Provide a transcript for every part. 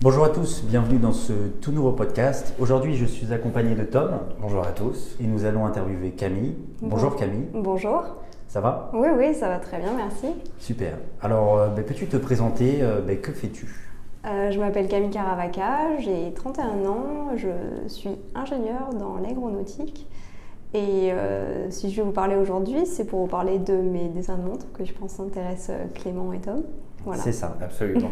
Bonjour à tous, bienvenue dans ce tout nouveau podcast. Aujourd'hui, je suis accompagné de Tom Bonjour à tous. et nous allons interviewer Camille. Bonjour Camille, Bonjour. ça va Oui, oui, ça va très bien, merci. Super. Alors, euh, ben, peux-tu te présenter euh, ben, Que fais-tu Euh, je m'appelle Camille Caravaca, j'ai 31 ans, je suis ingénieure dans l'aéronautique. Et euh, si je vais vous parler aujourd'hui, c'est pour vous parler de mes dessins de montres que je pense intéressent euh, Clément et Tom. Voilà. C'est ça. Absolument.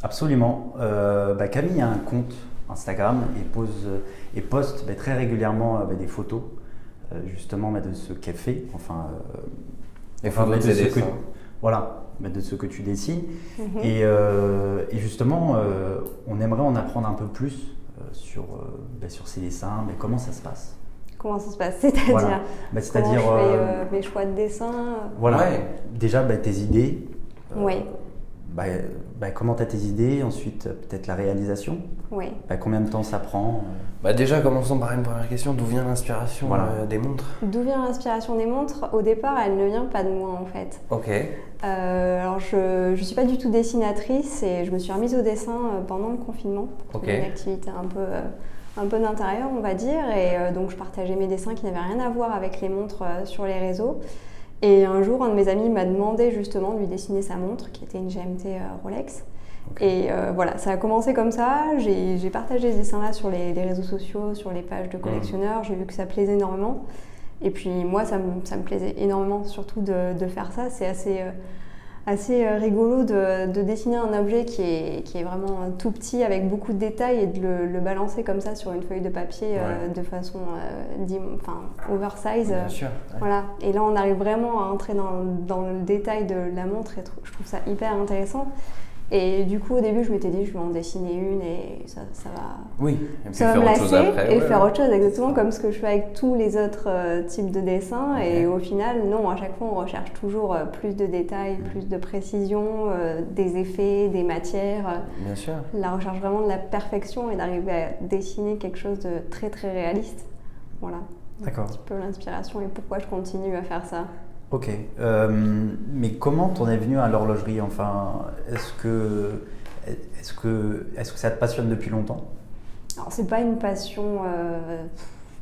Absolument. Euh, ben, Camille a un compte Instagram et, pose, et poste ben, très régulièrement euh, ben, des photos euh, justement ben, de ce qu'elle fait, enfin, euh, Les enfin, photos ben, de ses ce que, dessins. voilà, ben, de ce que tu dessines. Mhm. Et, euh, et justement, euh, on aimerait en apprendre un peu plus euh, sur, euh, ben, sur ces dessins, mais comment ça se passe. Comment ça se passe C'est-à-dire Voilà. Ben, comment C'est-à-dire, je fais, euh, euh, mes choix de dessin euh, voilà, Ouais. déjà ben, tes idées. euh, Oui, ben, ben, comment tu as tes idées, ensuite euh, peut-être la réalisation, oui. Ben, combien de temps ça prend. euh, Bah déjà, commençons par une première question. D'où vient l'inspiration Voilà. euh, des montres D'où vient l'inspiration des montres Au départ, elle ne vient pas de moi en fait. Ok. Euh, alors, je ne suis pas du tout dessinatrice et je me suis remise au dessin euh, pendant le confinement. pour Ok. trouver Une activité un peu, euh, un peu d'intérieur, on va dire. Et euh, donc, je partageais mes dessins qui n'avaient rien à voir avec les montres euh, sur les réseaux. Et un jour, un de mes amis m'a demandé justement de lui dessiner sa montre, qui était une GMT euh, Rolex. Ok. Et euh, voilà, ça a commencé comme ça. J'ai j'ai partagé ce dessin-là sur les, les réseaux sociaux, sur les pages de collectionneurs. J'ai vu que ça plaisait énormément. Et puis moi, ça me, ça me plaisait énormément, surtout de, de faire ça. C'est assez, euh, assez euh, rigolo de, de dessiner un objet qui est, qui est vraiment euh, tout petit, avec beaucoup de détails, et de le, le balancer comme ça sur une feuille de papier euh, de façon euh, dim- enfin, oversize. euh, Bien sûr. Ouais. Voilà, et là on arrive vraiment à entrer dans, dans le détail de la montre et tr- je trouve ça hyper intéressant. Et du coup au début je m'étais dit je vais en dessiner une et ça, ça va, Oui. Et puis ça va faire me autre chose lasser après. et ouais, faire ouais. autre chose exactement comme ce que je fais avec tous les autres euh, types de dessins. Ok. Et au final non, à chaque fois on recherche toujours euh, plus de détails, Mm. plus de précision, euh, des effets, des matières. Bien sûr. La recherche vraiment de la perfection et d'arriver à dessiner quelque chose de très très réaliste. Voilà, D'accord. un peu l'inspiration et pourquoi je continue à faire ça. Ok. Euh, mais comment t'en es venu à l'horlogerie Enfin, est-ce que est-ce que est-ce que ça te passionne depuis longtemps Alors, c'est pas une passion euh,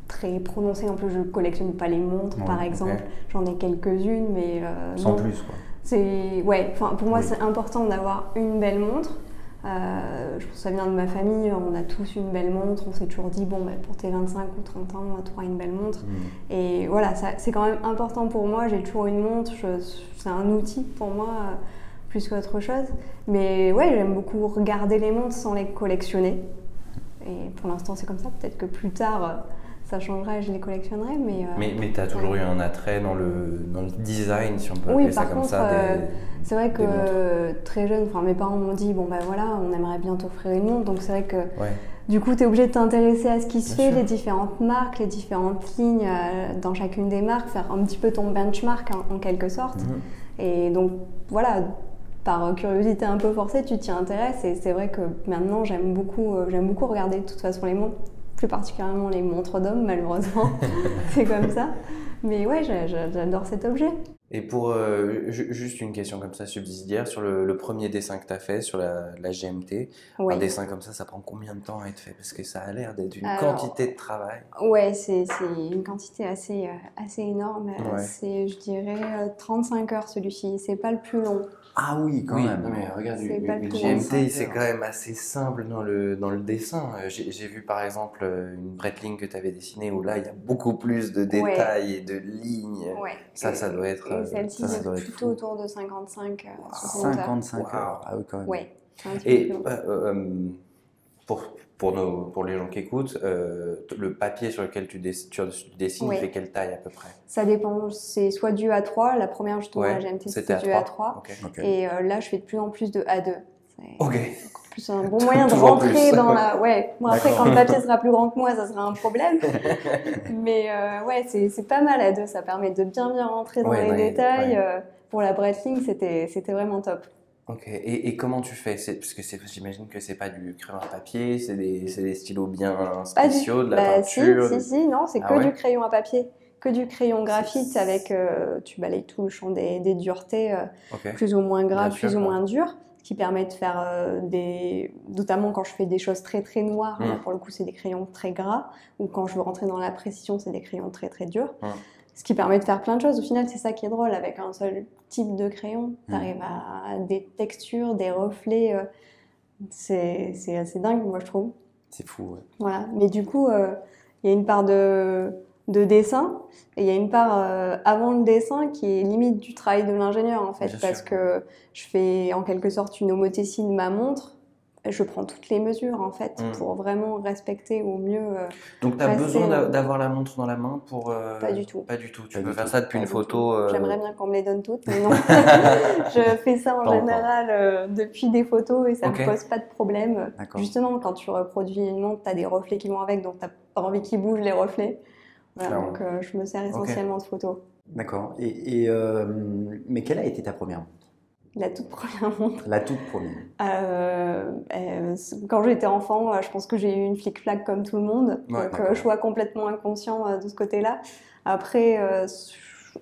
très prononcée. En plus, je collectionne pas les montres, Ouais, par ok. exemple. J'en ai quelques-unes, mais. euh, Sans non. plus, quoi. C'est ouais. Enfin, pour moi, Oui. c'est important d'avoir une belle montre. Euh, je pense que ça vient de ma famille. On a tous une belle montre. On s'est toujours dit bon, ben, pour tes 25 ou 30 ans, tu auras une belle montre. Hmm. Et voilà, ça, c'est quand même important pour moi. J'ai toujours une montre. je- c'est un outil pour moi euh, plus qu'autre chose. Mais ouais, j'aime beaucoup regarder les montres sans les collectionner. Et pour l'instant, c'est comme ça. Peut-être que plus tard, euh, ça changera. et Je les collectionnerai. Mais, euh, Mais, mais t'as toujours eu un attrait dans le, dans le design, si on peut Oui, appeler ça par comme contre, ça. des- euh, C'est vrai que Des montres. euh, très jeune, enfin mes parents m'ont dit bon bah voilà, on aimerait bien t'offrir une montre, donc c'est vrai que Ouais. du coup tu es obligé de t'intéresser à ce qui se Bien fait, sûr. les différentes marques, les différentes lignes euh, dans chacune des marques, faire un petit peu ton benchmark hein, en, en quelque sorte. Mhm. Et donc voilà, par curiosité un peu forcée, tu t'y intéresses et c'est vrai que maintenant j'aime beaucoup, euh, j'aime beaucoup regarder de toute façon les montres, plus particulièrement les montres d'hommes malheureusement, c'est comme ça. Mais ouais, j'a- j'a- j'adore cet objet. Et pour euh, ju- juste une question comme ça subsidiaire sur le, le premier dessin que t'as fait sur la, la GMT, Ouais. un dessin comme ça, ça prend combien de temps à être fait Parce que ça a l'air d'être une Alors- quantité de travail. Ouais, c'est c'est une quantité assez, euh, assez énorme. Euh, Ouais. C'est, je dirais, euh, 35 heures celui-ci. C'est pas le plus long. Ah oui, quand oui, même. non, mais regarde, C'est une- pas le une tout GMT, ensemble. c'est quand même assez simple dans le, dans le dessin. Euh, J'ai j'ai vu par exemple euh, une Breitling que tu avais dessinée où là, il y a beaucoup plus de Ouais. détails et de lignes. Ouais. Ça, ça doit être. euh, Et celle-ci, ça, ça c'est doit être plutôt fou. autour de 55 euh, 60 heures. 55 Wow. heures. Ah oui, quand même. Ouais. c'est un petit peu Et plus long. euh, euh, pour, pour, nos, pour les gens qui écoutent, euh, t- le papier sur lequel tu, dess- tu dessines, il Ouais. fait quelle taille à peu près Ça dépend. C'est soit du A3. La première, justement, Ouais, la GMT, C'était c'était à du A3. Ok. Ok. Et euh, là, je fais de plus en plus de A2. C'est Ok. plus un bon moyen de Toujours rentrer plus. dans la. Ouais. Bon, après, D'accord. quand le papier sera plus grand que moi, ça sera un problème. Mais euh, ouais, c'est c'est pas mal à deux, ça permet de bien bien rentrer dans Ouais, les ouais, détails. ouais. euh, pour la Breitling, c'était c'était vraiment top. Ok. Et, et comment tu fais C'est- Parce que c'est- j'imagine que c'est pas du crayon à papier, c'est des, c'est des stylos bien Pas du- spéciaux, de la bah si, peinture. si, si, non, c'est Ah que ouais du crayon à papier, que du crayon graphite C'est- avec, euh, tu balayes tout le champ des, des duretés, euh, Ok. plus ou moins gras, Bien sûr, plus ou ouais. moins dur, qui permet de faire euh, des. notamment quand je fais des choses très très noires, Mm. là, pour le coup c'est des crayons très gras, ou quand je veux rentrer dans la précision, c'est des crayons très très durs. Mm. Ce qui permet de faire plein de choses. Au final, c'est ça qui est drôle. Avec un seul type de crayon, Mm. tu arrives à des textures, des reflets. euh, c'est c'est assez dingue, moi, je trouve. C'est fou, ouais. Voilà. Mais du coup, euh, il y a une part de, de dessin et il y a une part euh, avant le dessin qui est limite du travail de l'ingénieur en fait, Bien parce sûr. que je fais en quelque sorte une homothétie de ma montre. Je prends toutes les mesures en fait Mm. pour vraiment respecter au mieux. euh, Donc, tu as Ouais, besoin c'est- euh, d'a- d'avoir la montre dans la main pour. euh, Pas du tout. Pas du tout. Tu Pas peux du faire tout. ça depuis Pas une du photo. euh, J'aimerais bien qu'on me les donne toutes, mais non. je fais ça en Pas encore. général euh, depuis des photos et ça ne Ok. me pose pas de problème. D'accord. Justement, quand tu reproduis une montre, tu as des reflets qui vont avec, donc tu pas envie qu'ils bougent les reflets. Voilà, Clairement. donc euh, je me sers essentiellement de photos. D'accord. Et, et, euh, mais quelle a été ta première montre La toute première montre. La toute première. Euh, euh, quand j'étais enfant, euh, je pense que j'ai eu une flic-flac comme tout le monde. Ouais, donc, d'accord. euh, choix complètement inconscient euh, de ce côté-là. Après, euh,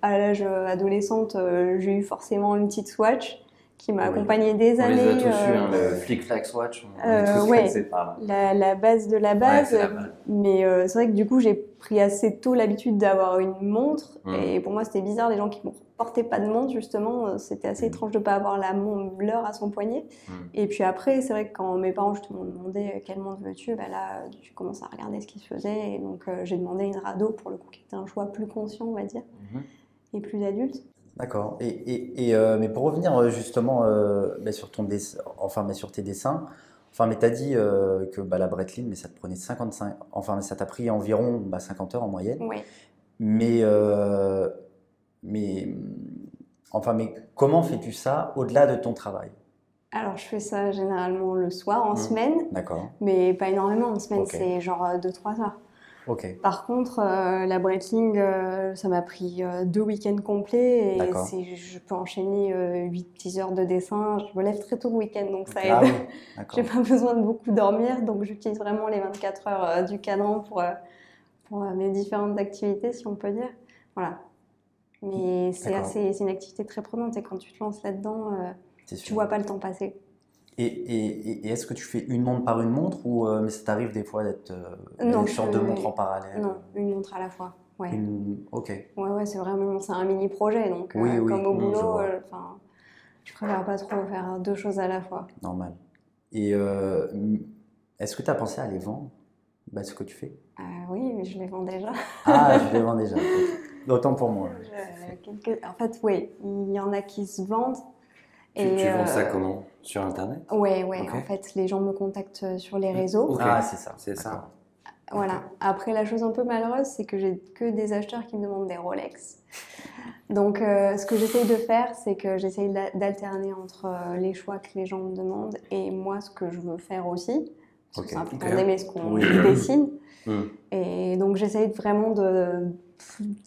à l'âge adolescente, euh, j'ai eu forcément une petite Swatch qui m'a Oui. accompagnée des On les a années. tous euh, eu, hein, le Flick Flax Watch. On euh, est tous ouais. passés par la, là. la base de la Ouais, base. c'est la balle. Mais euh, c'est vrai que du coup, j'ai pris assez tôt l'habitude d'avoir une montre. Mm. Et pour moi, c'était bizarre, les gens qui ne portaient pas de montre, justement, euh, c'était assez Mm. étrange de ne pas avoir la mon- l'heure à son poignet. Mm. Et puis après, c'est vrai que quand mes parents justement m'ont demandé euh, quelle montre veux-tu, bah là, euh, tu commences à regarder ce qui se faisait. Et donc, euh, j'ai demandé une Rado, pour le coup, qui était un choix plus conscient, on va dire, Mhm. et plus adulte. D'accord. Et, et- et, euh, mais pour revenir euh, justement euh, bah, sur ton dess- enfin mais sur tes dessins, enfin mais t'as dit euh, que bah, la Breitling, mais ça te prenait 55, enfin mais ça t'a pris environ bah, 50 heures en moyenne. Ouais. Mais euh, mais hum, enfin mais comment fais-tu ça au-delà de ton travail Alors, je fais ça généralement le soir, en Mm. semaine, D'accord. mais pas énormément. En semaine, Ok. c'est genre 2-3 heures. Ok. Par contre, euh, la Breitling, euh, ça m'a pris euh, deux week-ends complets et D'accord. c'est- je peux enchaîner 8-10 heures de dessin. Je me lève très tôt le week-end, donc ça Ah aide. oui. D'accord. J'ai pas besoin de beaucoup dormir, donc j'utilise vraiment les 24 heures euh, du cadran pour, euh, pour euh, mes différentes activités, si on peut dire. Voilà. Mais c'est D'accord. assez- c'est une activité très prenante et quand tu te lances là-dedans, euh, C'est tu sûr. vois pas le temps passer. Et, et- et- et est-ce que tu fais une montre par une montre ou euh, mais ça t'arrive des fois d'être euh, Non, une je sorte de fais- montre en parallèle Non, une montre à la fois. Ouais. Une- Ok. Ouais, ouais, c'est vraiment c'est un mini projet, donc Oui, euh, oui, comme au oui, je boulot, vois. euh, enfin, je préfère pas trop faire deux choses à la fois. Normal. Et euh, m- est-ce que tu as pensé à les vendre bah, Ce que tu fais Euh, oui, mais je les vends déjà. Ah, je les vends déjà. ok. Autant pour moi. Euh, quelques- En fait, oui, il y en a qui se vendent. Tu, et, tu vends ça euh, comment Sur Internet Ouais, ouais. Ok. En fait, les gens me contactent sur les réseaux. Ok. Ah, c'est ça. C'est ça. D'accord. Voilà. Après, la chose un peu malheureuse, c'est que j'ai que des acheteurs qui me demandent des Rolex. Donc, euh, ce que j'essaye de faire, c'est que j'essaye d'a- d'alterner entre euh, les choix que les gens me demandent et moi, ce que je veux faire aussi. Parce Ok. que C'est important Ok. d'aimer ce qu'on Oui. dessine. Hmm. Et donc, j'essaye vraiment de-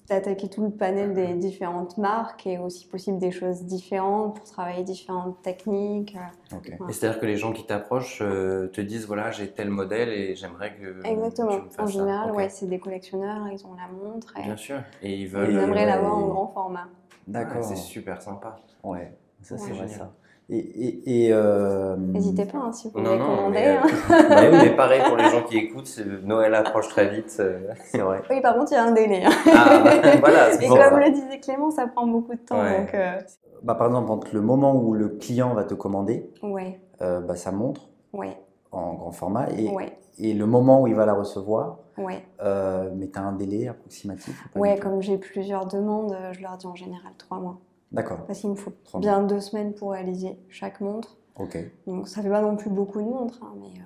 d'attaquer tout le panel des Mmh. différentes marques et aussi possible des choses différentes pour travailler différentes techniques. Ok. Oh. Et c'est-à-dire que les gens qui t'approchent euh, te disent voilà, j'ai tel modèle et j'aimerais que Exactement. Euh, tu me fasses En ça. général, Ok. ouais, c'est des collectionneurs, ils ont la montre et Bien sûr. Et ils veulent. ils aimeraient euh, l'avoir en et- grand format. D'accord. D'accord. c'est super sympa. Ouais. Ça, c'est Ouais. vrai, ça. Et. et, et, euh, N'hésitez pas hein, si vous Non, voulez non, commander. mais, euh, hein. Bah oui, mais pareil pour les gens qui écoutent, c'est- Noël approche très vite. euh. C'est vrai. Oui, par contre, il y a un délai. hein. Ah, Et voilà, c'est bon, ça. comme le disait Clément, ça prend beaucoup de temps. Ouais. Donc, euh, Bah, par exemple, entre le moment où le client va te commander ouais, euh, bah, sa montre ouais, en grand format et, ouais, et le moment où il va la recevoir, ouais. euh, mais tu as un délai approximatif ou pas du Ouais, tout comme j'ai plusieurs demandes, euh, je leur dis en général trois mois. D'accord. Parce qu'il me faut Trois bien deux semaines pour réaliser chaque montre. Ok. Donc, ça fait pas non plus beaucoup de montres, hein, mais euh,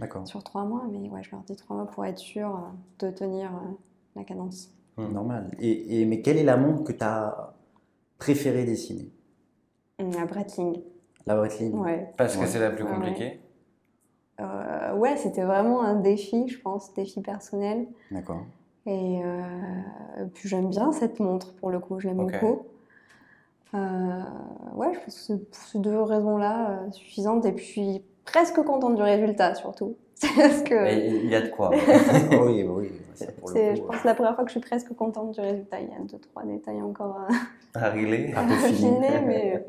D'accord. sur trois mois. Mais ouais, je leur dis trois mois pour être sûr euh, de tenir euh, la cadence. Normal. Et, et- mais quelle est la montre que tu as préféré dessiner Hum, La Breitling, La Breitling ouais. Parce que Ouais. c'est la plus Ouais, ouais. compliquée. Euh, ouais, c'était vraiment un défi, je pense, défi personnel. D'accord. Et euh, puis j'aime bien cette montre pour le coup, je l'aime Ok. beaucoup. Euh, ouais, je pense que c'est pour ces deux raisons-là euh, suffisantes. Et puis je suis presque contente du résultat surtout. C'est Parce que Mais Il y a de quoi. oui, oui. Ça, pour le c'est, je coup, pense, la première fois que je suis presque contente du résultat. Il y a deux, trois détails encore euh, à À régler. un peu fini. euh, affiner, mais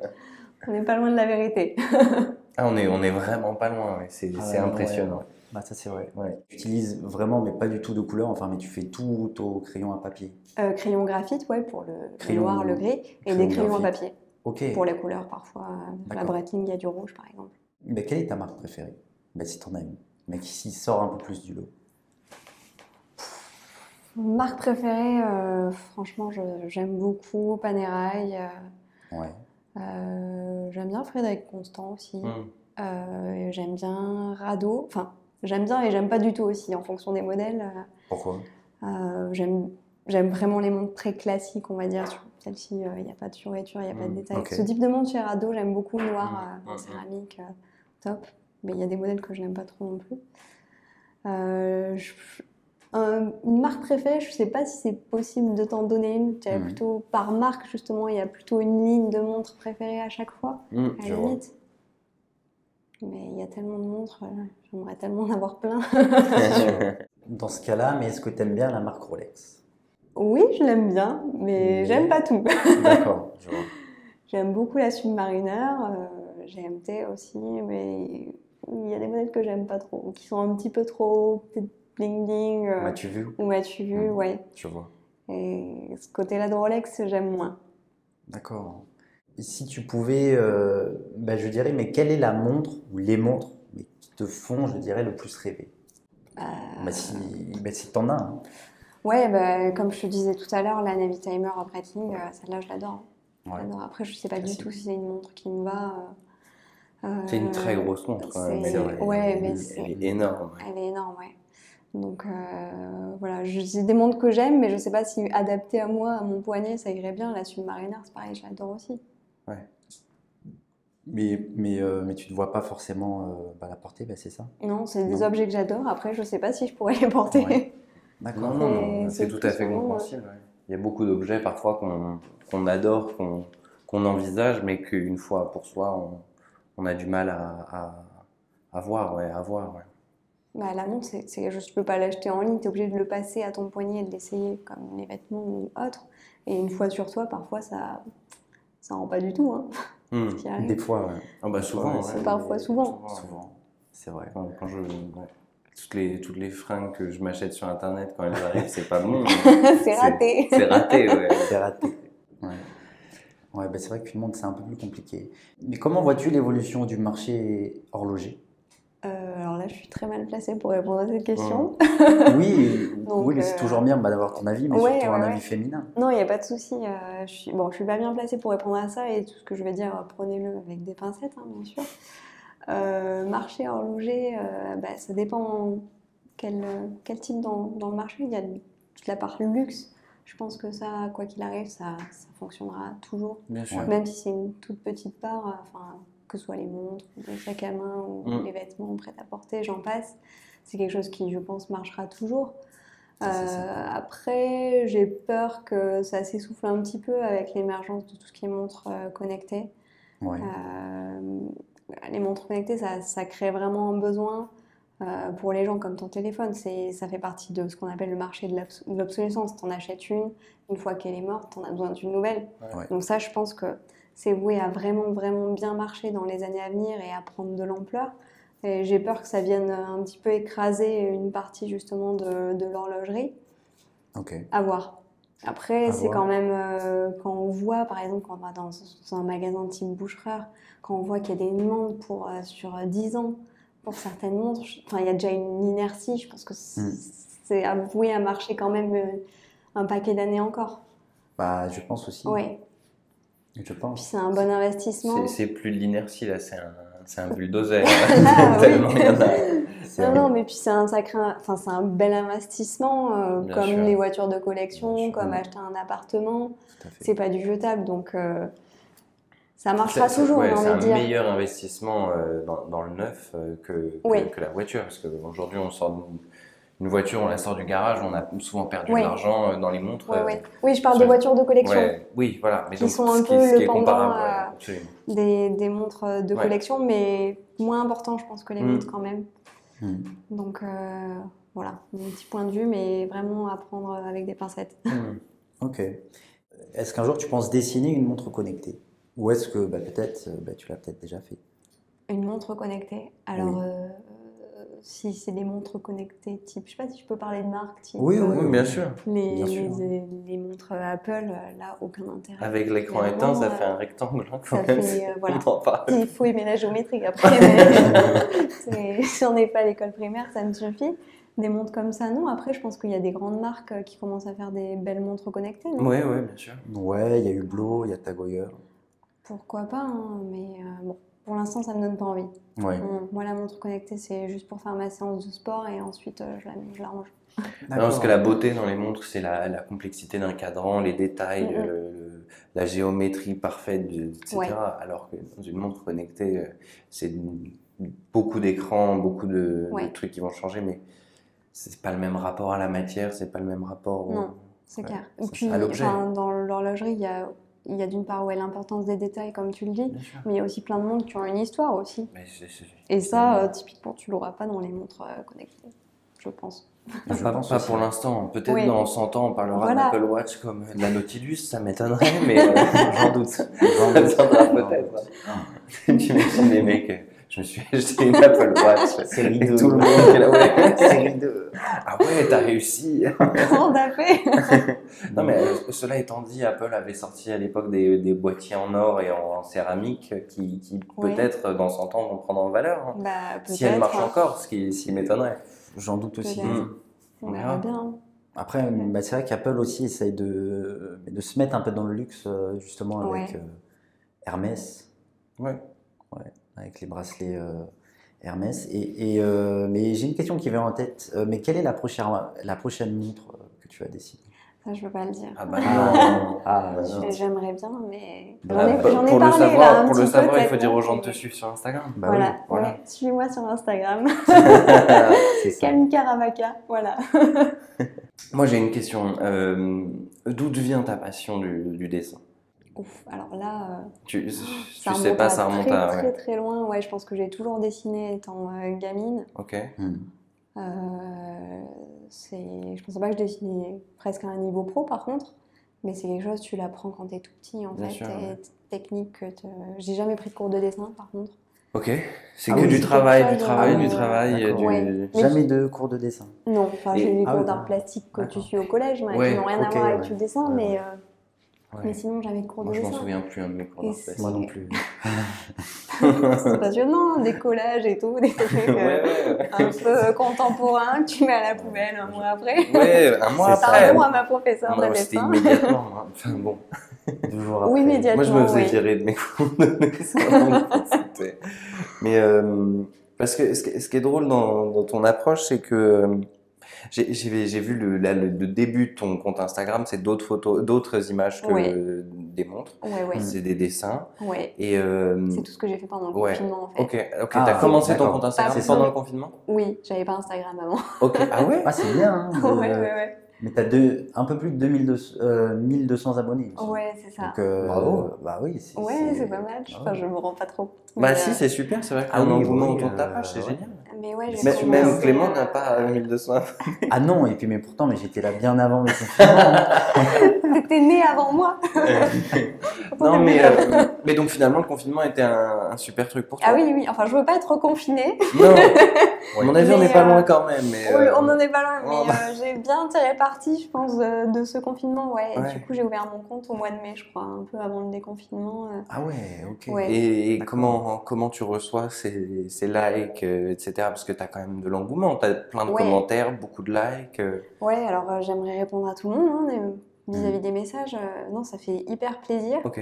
on n'est pas loin de la vérité. euh, Ah, on est, on est vraiment pas loin, ouais. c'est Ah c'est ouais, impressionnant. ouais. Bah, ça, c'est vrai. Ouais. Tu utilises vraiment, mais pas du tout de couleur. Enfin, mais tu fais tout au crayon à papier. Euh, crayon graphite, ouais, pour le le Crayon- noir, le gris, et crayon des crayons à graphite. papier Ok. pour les couleurs parfois. euh, La D'accord. Breitling, il y a du rouge par exemple. Mais quelle est ta marque préférée bah, Si t'en as une. Mais qui s'y sort un peu plus du lot. Mon Marque préférée, euh, franchement, je- j'aime beaucoup Panerai. euh, Ouais. euh, j'aime bien Frédéric Constant aussi. Hmm. Euh, et j'aime bien Rado. Enfin, j'aime bien et j'aime pas du tout aussi en fonction des modèles. Pourquoi Euh, j'aime j'aime vraiment les montres très classiques, on va dire. Sur Celle-ci, euh, il n'y a pas de survêture, il n'y a pas de Mm, détails. ok. Ce type de montre chez Rado, j'aime beaucoup noir Mm, euh, en mm, mm. céramique, euh, top. Mais il y a des modèles que je n'aime pas trop non plus. Euh, je- un- une marque préférée, je ne sais pas si c'est possible de t'en donner une. Je dirais Mm. plutôt par marque, justement, il y a plutôt une ligne de montres préférée à chaque fois, Hmm. à Je la vois. limite. Mais il y a tellement de montres, euh, j'aimerais tellement en avoir plein. Dans ce cas-là, mais est-ce que t'aimes bien la marque Rolex Oui, je l'aime bien, mais Mais- j'aime pas tout. D'accord, je vois. J'aime beaucoup la Submariner, euh, GMT aussi, mais il y a des modèles que j'aime pas trop, ou qui sont un petit peu trop peut-être bling bling, euh, M'as-tu vu ou m'as-tu vu, Mm. ouais. Je vois. Et ce côté-là de Rolex, j'aime moins. D'accord. Et Si tu pouvais, euh, bah, je dirais, mais quelle est la montre ou les montres mais qui te font, je dirais, le plus rêver Euh, bah, Si, bah, si t'en as. hein. Ouais, bah, comme je te disais tout à l'heure, la Navitimer à Breitling, euh, celle-là, je l'adore. hein. Je l'adore. Après, je sais pas Classique. du tout si c'est une montre qui me va. euh, euh, C'est une très grosse montre quand même. c'est- Elle est- ouais, elle, mais est- c'est- elle est énorme. ouais. Elle est énorme, ouais. Donc euh, voilà, je- c'est des montres que j'aime, mais je sais pas si adaptée à moi, à mon poignet, ça irait bien. La Submariner, c'est pareil, je l'adore aussi. Mais, mais, euh, mais tu te vois pas forcément euh, bah, la porter, bah, c'est ça Non, c'est des Non. objets que j'adore. Après, je sais pas si je pourrais les porter. Ouais. Non, D'accord. non, non, c'est c'est tout à plus fait souvent, ouais. compréhensible. ouais. Il y a beaucoup d'objets parfois qu'on qu'on adore, qu'on qu'on envisage, mais qu'une fois pour soi, on, on a du mal à, à, à voir. Ouais, à voir ouais. Bah, la montre, c'est, c'est, je peux pas l'acheter en ligne, t'es obligé de le passer à ton poignet et de l'essayer, comme les vêtements ou autre. Et une fois sur toi, parfois, ça, ça rend pas du tout. Hein, Hmm. ce qui arrive. Des fois, ouais. Ah bah souvent, Ouais, ouais. parfois souvent. souvent. C'est vrai. Quand, quand je, ouais. toutes, les, toutes les fringues que je m'achète sur internet, quand elles arrivent, c'est pas bon. c'est raté. C'est raté, ouais. C'est raté. Ouais. Ouais, bah, c'est vrai qu'une montre, c'est un peu plus compliqué. Mais comment vois-tu l'évolution du marché horloger Euh, alors là, je suis très mal placée pour répondre à cette question. Oui, Donc, oui mais c'est euh, toujours bien bah, d'avoir ton avis, mais ouais, surtout ouais, un ouais. avis féminin. Non, il n'y a pas de souci. euh, je suis... Bon, je suis pas bien placée pour répondre à ça et tout ce que je vais dire, euh, prenez-le avec des pincettes, hein, bien sûr. Euh, marché horloger, euh, bah, ça dépend quel, euh, quel type dans, dans le marché. Il y a de- toute la part luxe. Je pense que ça, quoi qu'il arrive, ça, ça fonctionnera toujours. Bien sûr. Ouais. Même si c'est une toute petite part, euh, enfin, que ce soit les montres, les sacs à main ou Mm. les vêtements prêts à porter, j'en passe. C'est quelque chose qui, je pense, marchera toujours. Ça, c'est Euh, certain. après, j'ai peur que ça s'essouffle un petit peu avec l'émergence de tout ce qui est montres euh, connectées. Ouais. Euh, les montres connectées, ça, ça crée vraiment un besoin euh, pour les gens comme ton téléphone. C'est, ça fait partie de ce qu'on appelle le marché de l'abs- de l'obsolescence. T'en achètes une, une fois qu'elle est morte, t'en as besoin d'une nouvelle. Ouais. Donc ça, je pense que c'est voué à vraiment, vraiment bien marcher dans les années à venir et à prendre de l'ampleur. Et j'ai peur que ça vienne un petit peu écraser une partie justement de, de l'horlogerie. Ok. À voir. Après, À c'est voir. quand même euh, quand on voit, par exemple, quand on va dans, dans un magasin type Bouchereur, quand on voit qu'il y a des demandes pour, euh, sur euh, 10 ans pour certaines montres, je- enfin, il y a déjà une inertie, je pense que c- Mm. c'est avoué à marcher quand même euh, un paquet d'années encore. Bah, je pense aussi. Ouais, Je puis pense. c'est un bon investissement. C'est- C'est plus de l'inertie, là, c'est un, c'est un bulldozer. Ah, Tellement il y en a. C'est Non, vrai. non, mais puis c'est un sacré, enfin c'est un bel investissement, euh, Bien comme sûr. les voitures de Bien collection, sûr. comme acheter un appartement. Tout à fait. c'est pas du jetable, donc euh, ça marchera C'est- c'est- toujours, ouais, on C'est a un envie de dire. meilleur investissement euh, dans, dans le neuf euh, que, que- Ouais. que la voiture. Parce qu'aujourd'hui, on sort d'une- une voiture, on la sort du garage, on a souvent perdu Ouais. de l'argent euh, dans les montres. Ouais, euh, ouais. Oui, je parle de sur- voitures de collection, ouais, oui, voilà. Mais Qui donc, sont ce un qui, peu ce le qui est pendant comparable, ouais, à- absolument. des, des montres euh, de Ouais. collection, mais moins important, je pense, que les Mm. montres quand même. Mm. Donc euh, voilà, mon petit point de vue, mais vraiment à prendre avec des pincettes. Ok. Est-ce qu'un jour tu penses dessiner une montre connectée Ou est-ce que bah, peut-être euh, bah, tu l'as peut-être déjà fait Une montre connectée. Alors, Oui. euh, si c'est des montres connectées type, je sais pas si je peux parler de marque, type Oui, euh, Oui, bien sûr. les, bien sûr. les- les- les montres Apple, euh, là, aucun intérêt. Avec l'écran Finalement, éteint, ça euh, fait un rectangle Ah, hein, quand ça même. fait, euh, voilà. On en parle. Il faut aimer la géométrie après, mais c'est- si on n'est pas à l'école primaire, ça me suffit. Des montres comme ça, non. Après, je pense qu'il y a des grandes marques euh, qui commencent à faire des belles montres connectées. non Oui, oui, bien sûr. Ouais, il y a Hublot, il y a Tagoyer. Pourquoi pas, hein, mais euh, bon, pour l'instant, ça me donne pas envie. Ouais. Hum, Moi, la montre connectée, c'est juste pour faire ma séance de sport et ensuite, euh, je la, je la range. Non, parce que la beauté dans les montres, c'est la, la complexité d'un cadran, les détails, Mhm. le- le- la géométrie parfaite, de- etc. Ouais. Alors que dans une montre connectée, euh, c'est beaucoup d'écrans, beaucoup de, de Ouais. trucs qui vont changer, mais c'est pas le même rapport à la matière, c'est pas le même rapport. au- Non. C'est Ouais, clair. ça, Puis, à l'objet. enfin, dans l'horlogerie, il y a, il y a d'une part ouais, l'importance des détails, comme tu le dis, Bien sûr. mais il y a aussi plein de montres qui ont une histoire aussi. Mais c'est- c'est- Et ça, euh, typiquement, tu l'auras pas dans les montres euh, connectées, je pense. Je pas, pense pas aussi. pour l'instant. Peut-être Oui. dans 100 ans, on parlera Voilà. d'Apple Watch comme de la Nautilus, ça m'étonnerait, mais euh, j'en doute. J'en doute. Ça viendra peut-être. hein. J'imagine les mecs, je me suis acheté une Apple Watch. C'est Et rideux. tout le monde qui est là, ouais. C'est rideux. Ah ouais, t'as réussi. Comment on a fait Non mais euh, cela étant dit, Apple avait sorti à l'époque des, des boîtiers en or et en, en céramique qui, qui Oui. peut-être euh, dans 100 ans vont prendre en valeur. hein. Bah, peut-être. Si elle marche hein. encore, ce qui, ce qui m'étonnerait. J'en doute aussi. Peut-être. Mm. On verra bien. Après, bah, c'est vrai qu'Apple aussi essaye de, de se mettre un peu dans le luxe, euh, justement, avec Ouais. euh, Hermès. Ouais. Ouais, avec les bracelets euh, Hermès. Et, et, euh, mais j'ai une question qui vient en tête. Euh, mais quelle est la prochaine, la prochaine montre euh, que tu vas décider Ça, je peux pas le dire. Ah bah non. Ah, bah non. Je- J'aimerais bien, mais Bah, j'en ai, Pour- j'en ai pour le parlé savoir, là, un pour le petit peu, savoir, il peut-être, faut dire aux gens mais- de te suivre sur Instagram. Bah Voilà, voilà. ouais. suis-moi sur Instagram, Euh, oui, c'est ça. Camille Caravacca, voilà. Moi, j'ai une question. Euh, D'où vient ta passion du, du dessin Ouf, alors là, euh, Tu, ça tu remonte sais pas, à ça remonte très, à. très, ouais. très loin. Ouais, je pense que j'ai toujours dessiné étant euh, gamine. Ok. Hmm. Euh, c'est- je pensais pas que je dessinais presque à un niveau pro, par contre. Mais c'est quelque chose, tu l'apprends quand t'es tout petit, en Bien fait. sûr, et ouais. t- Technique, que te- j'ai jamais pris de cours de dessin, par contre. Ok. C'est Ah que oui, du c'est travail, quelque du chose, travail, euh, du travail, euh, D'accord. du. Ouais. Mais- Jamais de cours de dessin. Non, enfin, Et- j'ai eu des ah cours oui, d'art oui. plastique que tu D'accord. suis au collège, mais Ouais, qui n'ont rien à ok, voir avec ouais. le dessin, Ouais, mais, ouais. euh, Ouais. mais sinon, jamais de cours Moi, de je m'en dessin. souviens plus hein, de mes cours Et d'art c'est- plastique. Moi non plus. C'est passionnant, des collages et tout, des trucs Ouais, euh, ouais, un peu contemporains que tu mets à la poubelle un mois après. ouais. ouais, un mois C'est ça. après. Pardon à ma professeure Moi, de c'était dessin. immédiatement. hein. Enfin bon. Deux jours Oui, après. immédiatement. Moi, je me faisais oui. virer de mes cours de dessin. C'était- Mais euh, parce que ce, qui- ce qui est drôle dans, dans ton approche, c'est que euh, j'ai j'ai- j'ai vu le, la- le- le début de ton compte Instagram, c'est d'autres photos, d'autres images que Ouais. des montres. Ouais, ouais, C'est des dessins. ouais. Et euh, C'est tout ce que j'ai fait pendant le Mm. Ouais. confinement en fait. ok, ok. Ah, T'as commencé ton d'accord. compte Instagram Pas pendant plus. le confinement Oui, j'avais pas Instagram avant. Ok. Ah ouais. Ah, c'est bien. hein, de- ouais, ouais, ouais. Mais t'as deux, un peu plus de 2200, euh, 1200 abonnés. il me semble. Ouais, c'est ça. Donc, euh, Bravo. Bah oui. c'est- ouais, c'est pas mal. Ah Enfin, ouais. je me rends pas trop compte. euh, Bah mais, si, euh, c'est super. C'est vrai qu'il y a Ah un oui, engouement oui, autour de ta euh, page, c'est ouais. génial. Mais ouais, j'ai Même, même commencé, Clément euh, n'a pas 1200 Ah non, et puis mais pourtant, mais j'étais là bien avant le confinement. T'étais né avant moi. Non, mais, euh, mais donc finalement, le confinement était un, un super truc pour toi. Ah oui, oui. Enfin, je veux pas être confinée. Non, à mon avis, on Mais, n'est pas euh, loin quand même. Mais, Oui, euh, on en est pas loin, on- mais euh, j'ai bien tiré parti, je pense, euh, de ce confinement. Ouais. Et Ouais. du coup, j'ai ouvert mon compte au mois de mai, je crois, un peu avant le déconfinement. euh. ah ouais, ok. Ouais. Et, et D'accord. comment, comment tu reçois ces, ces likes, euh, etc. Parce que tu as quand même de l'engouement, tu as plein de Ouais. commentaires, beaucoup de likes. euh. Ouais, alors euh, j'aimerais répondre à tout le monde hein, mais vis-à-vis Mm. des messages. euh, non, ça fait hyper plaisir. Ok.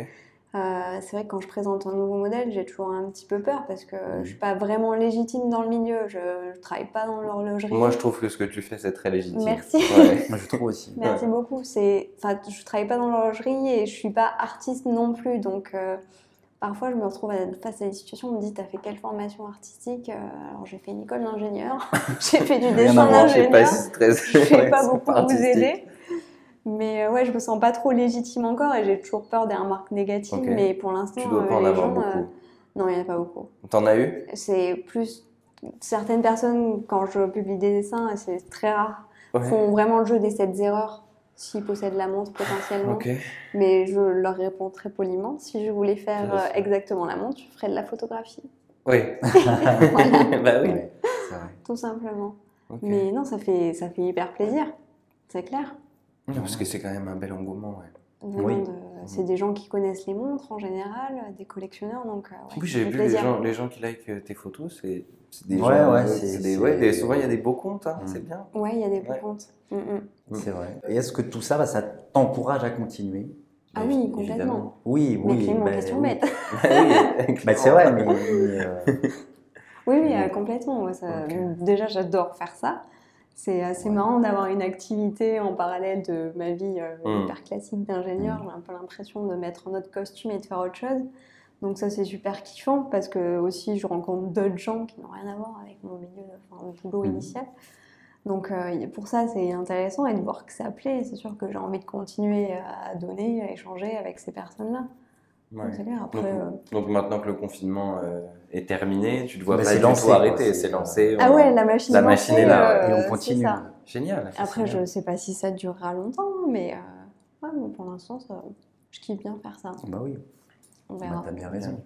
Euh, c'est vrai que quand je présente un nouveau modèle, j'ai toujours un petit peu peur parce que Mhm. Mm. je suis pas vraiment légitime dans le milieu. Je, je travaille pas dans l'horlogerie. Moi, je trouve que ce que tu fais, c'est très légitime. Merci. Ouais. Moi, je trouve aussi. Merci beaucoup. C'est, enfin, je travaille pas dans l'horlogerie et je suis pas artiste non plus, donc euh, parfois je me retrouve à- face à des situations où on me dit t'as fait quelle formation artistique Euh, Alors j'ai fait une école d'ingénieur, j'ai fait du Rien à dessin voir, Je sais pas d'ingénieur. si c'est très. Je vais pas beaucoup vous artistique. aider, mais euh, ouais, je me sens pas trop légitime encore et j'ai toujours peur des remarques négatives. Ok. Mais pour l'instant, Tu dois pas euh, en les avoir gens, euh, beaucoup. non, il n'y en a pas beaucoup. T'en as eu C'est plus certaines personnes quand je publie des dessins, et c'est très rare Ouais. font vraiment le jeu des 7 erreurs s'ils possèdent la montre potentiellement. Ok. Mais je leur réponds très poliment. Si je voulais faire Intéressant. euh, exactement la montre, je ferais de la photographie. Oui. Voilà, bah oui. Ouais, c'est vrai. tout simplement. Ok. Mais non, ça fait, ça fait hyper plaisir, c'est clair. Non, parce que c'est quand même un bel engouement. ouais. Vraiment Oui. de- C'est des gens qui connaissent les montres en général, des collectionneurs, donc euh, ouais, En plus, ça j'ai fait vu les plaisir. gens, les gens qui likent euh, tes photos, c'est c'est des Ouais, gens. ouais, euh, c'est- c'est des- c'est- ouais, des- souvent, il y a des beaux comptes, hein, Mm. c'est bien. Ouais, il y a des Ouais. comptes. Mm, mm. C'est vrai. Et est-ce que tout ça, bah, ça t'encourage à continuer Ah Bah, oui, évi- complètement. Oui, Mais oui. Clément, bah, question oui. bête. Oui, Bah, c'est vrai, mais, mais, euh, Oui, oui, Ouais. euh, complètement. ouais, ça- Ok. Déjà, j'adore faire ça. C'est assez Ouais. marrant d'avoir une activité en parallèle de ma vie euh, Mm. hyper classique d'ingénieur. Mm. J'ai un peu l'impression de mettre un autre costume et de faire autre chose. Donc ça, c'est super kiffant parce que aussi, je rencontre d'autres gens qui n'ont rien à voir avec mon milieu, enfin, mon boulot Mm. initial. Donc euh, pour ça, c'est intéressant et de voir que ça plaît. C'est sûr que j'ai envie de continuer à donner, à échanger avec ces personnes-là. Ouais. Donc, c'est clair. Après, Donc, euh, Donc maintenant que le confinement euh, est terminé, tu ne vois Bah, pas c'est du lancé, tout quoi, arrêter, c'est- c'est lancé. Ah on- ouais, Ah la machine, la est machine lancée, est là, et euh, on c'est continue. ça. Génial. c'est Après, je génial. ne sais pas si ça durera longtemps, mais euh, ouais, bon, pour l'instant, ça- je kiffe bien faire ça. bah oui, On bah, verra. t'as bien raison.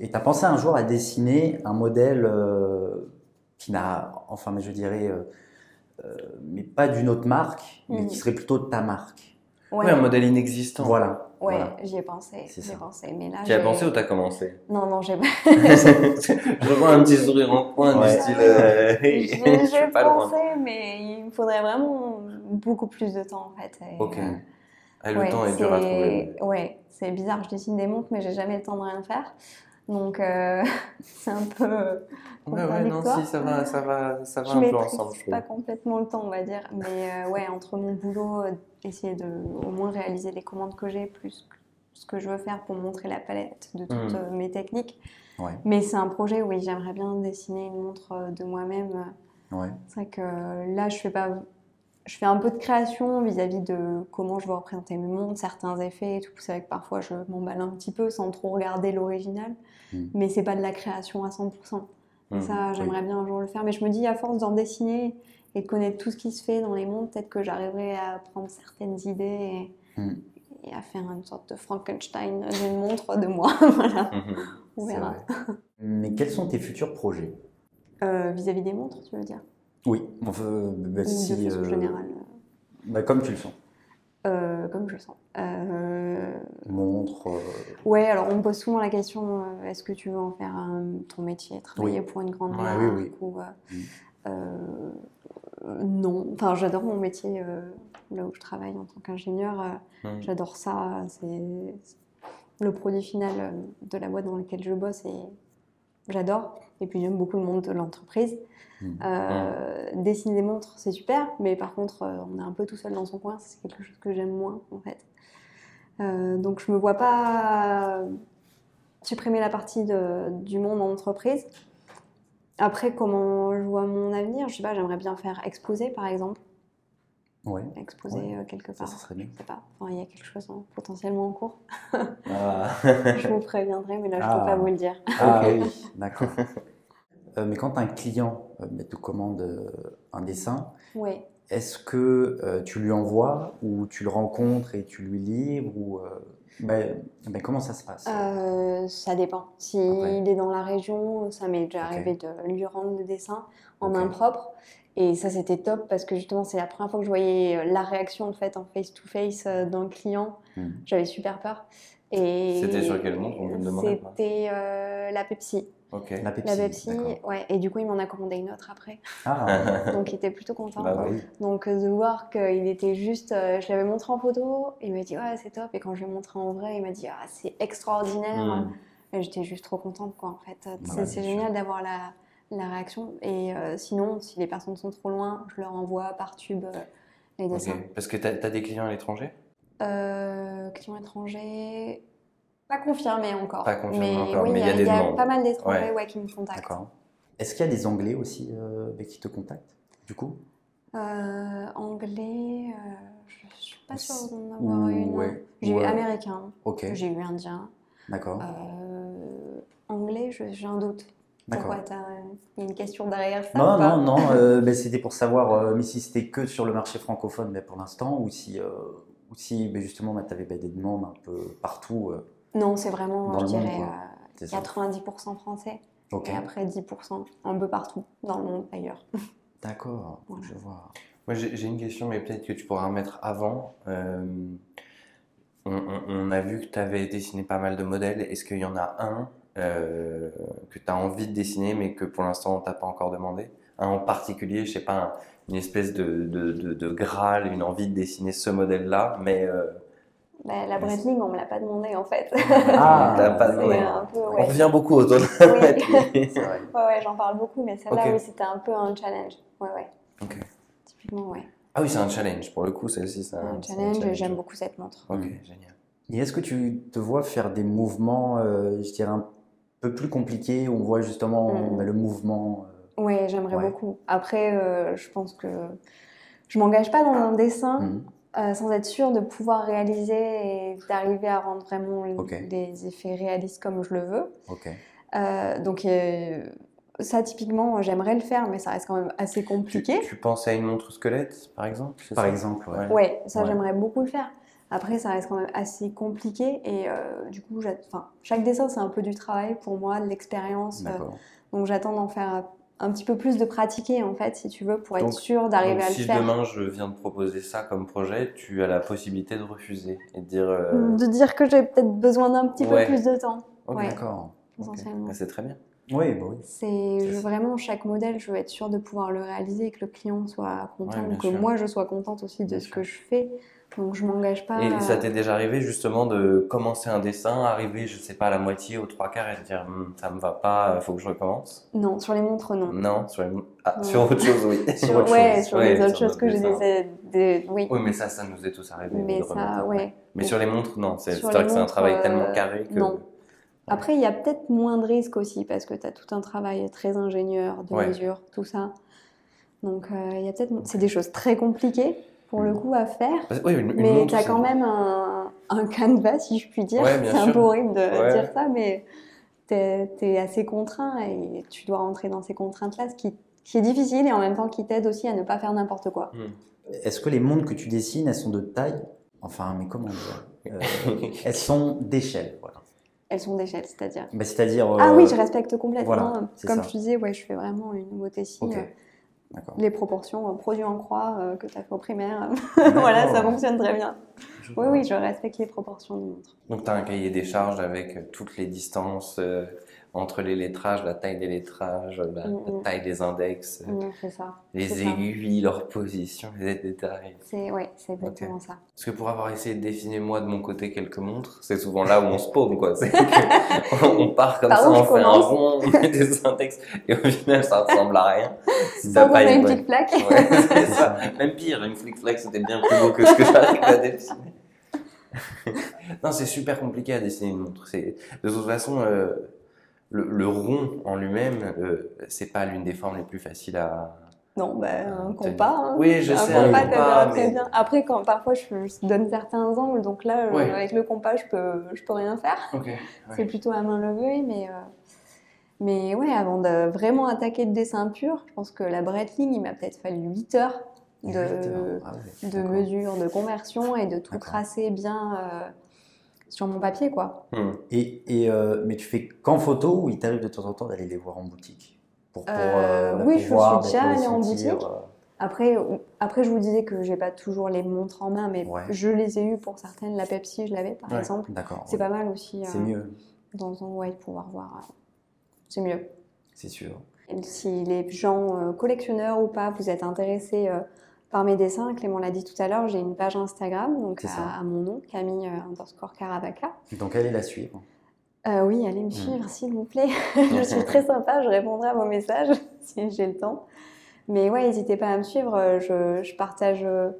Et t'as pensé un jour à dessiner un modèle euh, qui n'a, enfin, mais je dirais, euh, euh, mais pas d'une autre marque, mais Mhm. qui serait plutôt de ta marque. Ouais, Ouais, un modèle inexistant. Voilà. ouais, voilà. j'y ai pensé. C'est J'y ai ça. pensé. Mais là, Tu y as j'ai- pensé ou t'as commencé Non, non, j'ai pas. Je vois un petit sourire en coin Ouais. du style. euh, J'ai je suis pas loin. pensé, mais il me faudrait vraiment beaucoup plus de temps, en fait. Et, Ok. euh, Ah, le ouais, temps est dur à c'est- trouver. Ouais, c'est bizarre, je dessine des montres, mais j'ai jamais le temps de rien faire. Donc, euh, c'est un peu. Ouais, ouais, non, contradictoire. si, ça va, ça va, ça va je un peu maîtrise ensemble, je trouve. pas complètement le temps, on va dire. Mais euh, ouais, entre mon boulot, euh, essayer de au moins réaliser les commandes que j'ai, plus que- ce que je veux faire pour montrer la palette de toutes Hmm. euh, mes techniques. Ouais. Mais c'est un projet, oui, j'aimerais bien dessiner une montre euh, de moi-même. Ouais. C'est vrai que euh, là, je fais pas. Je fais un peu de création vis-à-vis de comment je veux représenter mes montres, certains effets et tout. C'est vrai que parfois je m'emballe un petit peu sans trop regarder l'original, Hmm. mais c'est pas de la création à 100%. Mm-hmm. Hum. Ça, j'aimerais bien un jour le faire, mais je me dis, à force d'en dessiner et de connaître tout ce qui se fait dans les mondes, peut-être que j'arriverai à prendre certaines idées et, Mm. et à faire une sorte de Frankenstein d'une montre de moi. voilà, Mhm. on C'est verra. vrai. Mais quels sont tes futurs projets Euh, Vis-à-vis des montres, tu veux dire Oui, on veut- bah, Ou si, de façon euh, générale, bah, comme tu le sens. euh, comme je le sens. Euh, Montre. euh, ouais, alors on me pose souvent la question euh, est-ce que tu veux en faire un- ton métier, travailler pour une grande Ouais, marque oui, oui. ou, euh, Mm. euh, euh, non, enfin j'adore mon métier euh, là où je travaille en tant qu'ingénieur. euh, Mhm. J'adore ça. C'est le produit final euh, de la boîte dans laquelle je bosse et j'adore. Et puis j'aime beaucoup le monde de l'entreprise. Mhm. Euh, Dessiner des montres, c'est super, mais par contre, euh, on est un peu tout seul dans son coin. C'est quelque chose que j'aime moins en fait. Euh, donc je me vois pas supprimer la partie de- du monde en entreprise. Après, comment je vois mon avenir, je sais pas, j'aimerais bien faire exposer par exemple, Ouais, exposer Ouais. euh, quelque ça, part. ça serait bien. Je sais pas, enfin, il y a quelque chose hein, potentiellement en cours. Ah. Je vous préviendrai, mais là, je peux Ah. pas vous le dire. Ah oui, d'accord. Euh, mais quand un client euh, bah, te commande euh, un dessin, Ouais. est-ce que euh, tu lui envoies ou tu le rencontres et tu lui livres ou euh, bah, bah, comment ça se passe Euh, ça dépend. S'il Ouais. est dans la région, ça m'est déjà Ok. arrivé de lui rendre le dessin en Ok. main propre. Et ça, c'était top parce que justement, c'est la première fois que je voyais euh, la réaction en fait en face-to-face euh, d'un client. Mhm. J'avais super peur. Et Hmm. C'était sur quel montre, on me le demandait pas C'était euh, la Pepsi. Ok. La La Pepsi. Pepsi, d'accord. ouais. Et du coup, il m'en a commandé une autre après. Ah, Donc, il était plutôt content. Bah bah oui. Donc euh, de voir qu'il était juste, euh, je l'avais montré en photo, il m'a dit ouais c'est top, et quand je l'ai montré en vrai, il m'a dit ah c'est extraordinaire. Mhm. Et j'étais juste trop contente quoi en fait. Bah C'est- bien c'est sûr. génial d'avoir la, la réaction. Et euh, sinon, si les personnes sont trop loin, je leur envoie par tube euh, les Ok. dessins. Parce que t'as as des clients à l'étranger Euh, question étrangers, pas confirmé encore. Pas confirmé mais encore, oui, mais il y a des il y a demandes. pas mal d'étrangers Ouais. ouais. qui me contactent. D'accord. Est-ce qu'il y a des Anglais aussi euh, bah, qui te contactent du coup Euh, anglais, euh, je, je suis pas sûre d'en Ou- avoir une. hein. ouais, J'ai ouais. eu américain. Ok, J'ai eu indien. d'accord. Euh, anglais, je- j'ai un doute. d'accord. Pourquoi t'as il y a une question derrière ça Ah Non, ou pas non, non, euh, ben, c'était pour savoir euh, mais si c'était que sur le marché francophone ben, pour l'instant ou si, euh, ou si ben, justement tu avais des demandes un peu partout. euh, Non, c'est vraiment, Dans je le monde, dirais, quoi. euh, c'est ça. 90% français. Ok. et après 10% un peu partout dans le monde ailleurs. D'accord, Voilà. je vois. Moi, j'ai j'ai une question, mais peut-être que tu pourras remettre avant. Euh, on, on- on a vu que tu avais dessiné pas mal de modèles. Est-ce qu'il y en a un euh, que tu as envie de dessiner, mais que pour l'instant, on t'a pas encore demandé Un en particulier, je sais pas, un- une espèce de, de, de, de graal, une envie de dessiner ce modèle-là, mais euh, Bah, la Breitling, on me l'a pas demandé en fait. Ah, on t'a pas c'est C'est demandé. vrai. un peu, On ouais. revient beaucoup aux autres. Oui. C'est vrai. Ouais, ouais, j'en parle beaucoup, mais celle-là, Ok. oui, c'était un peu un challenge. Ouais, ouais. Ok. Typiquement, ouais. Ah oui, c'est un challenge. Pour le coup, celle-ci, Ah, c'est un c'est challenge, et j'aime beaucoup cette montre. Ok, Mm. génial. Et est-ce que tu te vois faire des mouvements, euh, je dirais, un peu plus compliqués, où on voit justement Mm. bah, le mouvement euh, Ouais, j'aimerais Ouais. beaucoup. Après, euh, je pense que je m'engage pas dans un dessin mm. euh, sans être sûre de pouvoir réaliser et d'arriver à rendre vraiment l- Ok. des effets réalistes comme je le veux. Ok. Euh, donc, euh, ça, typiquement, j'aimerais le faire, mais ça reste quand même assez Tu, compliqué. tu penses à une montre squelette, par exemple c'est Par ça exemple, ouais. Ouais. Ouais, ça Ouais. j'aimerais beaucoup le faire. Après, ça reste quand même assez compliqué et euh, du coup, j'a- enfin, chaque dessin c'est un peu du travail pour moi, de l'expérience. euh, D'accord. donc j'attends d'en faire un petit peu plus de pratiquer en fait, si tu veux, pour être Donc- sûr d'arriver Donc, à le si faire. demain je viens de proposer ça comme projet, tu as la possibilité de refuser et de dire. euh, Hum, De dire que j'ai peut-être besoin d'un petit Ouais. peu plus de temps, Ok, ouais. D'accord. ok. essentiellement. Ah, C'est très bien. Oui, bah oui. C'est Ça, je- c'est- vraiment chaque modèle, je veux être sûre de pouvoir le réaliser et que le client soit content, Ouais, bien que sûr. moi je sois contente aussi de Bien ce sûr. que je fais. Donc je m'engage pas. Et ça à- t'est déjà arrivé justement de commencer un dessin, arriver, je sais pas, à la moitié, aux trois quarts et de dire Hum, ça me va pas, euh, faut que je recommence Non, sur les montres, non. Non, sur, les- ah, Non. sur autre chose, oui. Mm. Sur, ouais, sur Ouais, les autres sur choses que je notre dessin. disais. Des, oui, Oui, mais ça, ça nous est tous arrivé. mais de remettre, ça, ouais. Mais sur les montres, non. C'est Sur c'est vrai les que c'est un montres, travail euh, tellement carré que. non. Après, il y a peut-être moins de risques aussi, parce que tu as tout un travail très ingénieur, de Ouais. mesure, tout ça. Donc, euh, il y a peut-être. C'est des choses très compliquées, pour le Mm. coup, à faire. Parce- Oui, une, une Mais montre, tu as c'est- quand même un, un canevas, si je puis dire. Ouais, bien c'est un sûr. peu horrible de Ouais. dire ça, mais tu es, assez contraint et tu dois rentrer dans ces contraintes-là, ce qui, qui est difficile et en même temps qui t'aide aussi à ne pas faire n'importe quoi. Est-ce que les montres que tu dessines, elles sont de taille Enfin, mais comment dire Euh, Elles sont d'échelle, voilà. Elles sont d'échelle, c'est-à-dire. Bah, C'est-à-dire... Ah euh, oui, je respecte complètement. voilà, c'est Comme ça. je disais, ouais, je fais vraiment une nouveautécie. Ok. euh, D'accord. les proportions euh, produit en croix euh, que tu as fait au primaire. voilà, ça D'accord. fonctionne très bien. Oh, Je Oui, vois. oui, je respecte les proportions des montres. Donc tu as un cahier des charges avec euh, toutes les distances euh, entre les lettrages, la taille des lettrages, la, Mm, la mm. taille des index, euh, Mm, c'est ça. les c'est ça. aiguilles, leur position, les détails. C'est ouais, c'est exactement ça. Parce que pour avoir essayé de dessiner moi de mon côté quelques montres, c'est souvent là où on se paume quoi. C'est que on part comme Par ça, où je on fait un commence rond, on met des index et au final ça ressemble à rien. Si t'as Sans qu'on pas ait les une bonnes- petite plaque. Ouais, c'est ça. Même pire, une flic flac c'était bien plus beau que ce que j'arrive à dessiner. non, c'est super compliqué à dessiner une montre. C'est de toute façon euh, le, le rond en lui-même, euh, c'est pas l'une des formes les plus faciles à. Non, ben, Euh, un t'as dit- compas. hein. Oui, je Un sais. compas, un t'as compas, bien, très mais- bien. Après, quand, parfois, je, je donne certains angles, donc là, euh, Ouais. avec le compas, je peux, je peux rien faire. Ok. C'est plutôt à main levée, mais, euh, mais ouais, avant de vraiment attaquer le dessin pur, je pense que la Breitling, il m'a peut-être fallu 8 heures de, Huit heures. Ah ouais, de d'accord. mesure, de conversion et de tout D'accord. tracer bien euh, sur mon papier, quoi. Hmm. Et, et, euh, mais tu fais qu'en photo ou il t'arrive de temps en temps d'aller les voir en boutique pour, pour, Euh, bah, oui, pour je voir, suis bah, pour déjà les allée en sentir, boutique. euh, Après, après, je vous disais que j'ai pas toujours les montres en main, mais Ouais. je les ai eues pour certaines. La Pepsi, je l'avais, par Ouais. exemple. D'accord. C'est ouais. pas mal aussi C'est euh, mieux, dans un ouais, de pouvoir voir. euh, c'est mieux. c'est sûr. Et Si les gens euh, collectionneurs ou pas, vous êtes intéressés euh, par mes dessins, Clément l'a dit tout à l'heure, j'ai une page Instagram, donc C'est ça. à, à mon nom, Camille euh, underscore Caravaca. Donc allez la suivre. Euh, oui, allez me suivre, s'il vous plaît. je suis très sympa, je répondrai à vos messages si j'ai le temps. Mais ouais, n'hésitez pas à me suivre. euh, Je, je partage, euh,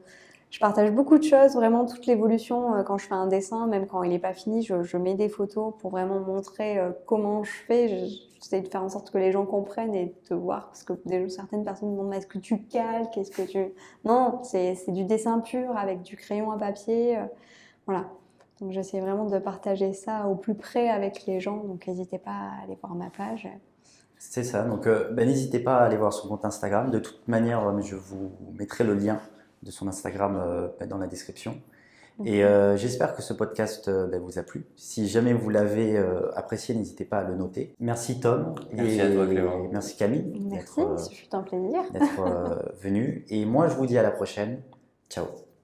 je partage beaucoup de choses, vraiment toute l'évolution. euh, Quand je fais un dessin, même quand il n'est pas fini, je, je mets des photos pour vraiment montrer euh, comment je fais. Je- J'essaie de faire en sorte que les gens comprennent et de voir. Parce que déjà, certaines personnes me demandent est-ce que tu calques Est-ce que tu. Non, c'est c'est du dessin pur avec du crayon à papier. euh, Voilà. Donc j'essaie vraiment de partager ça au plus près avec les gens, donc n'hésitez pas à aller voir ma page. C'est ça. Donc, euh, bah, n'hésitez pas à aller voir son compte Instagram. De toute manière, euh, je vous mettrai le lien de son Instagram euh, bah, dans la description. Et euh, j'espère que ce podcast euh, ben, vous a plu. Si jamais vous l'avez euh, apprécié, n'hésitez pas à le noter. Merci Tom. Merci et, à toi, Clément. et merci Camille Merci, d'être euh, ce fut un plaisir. d'être, euh, venu. Et moi, je vous dis à la prochaine. Ciao.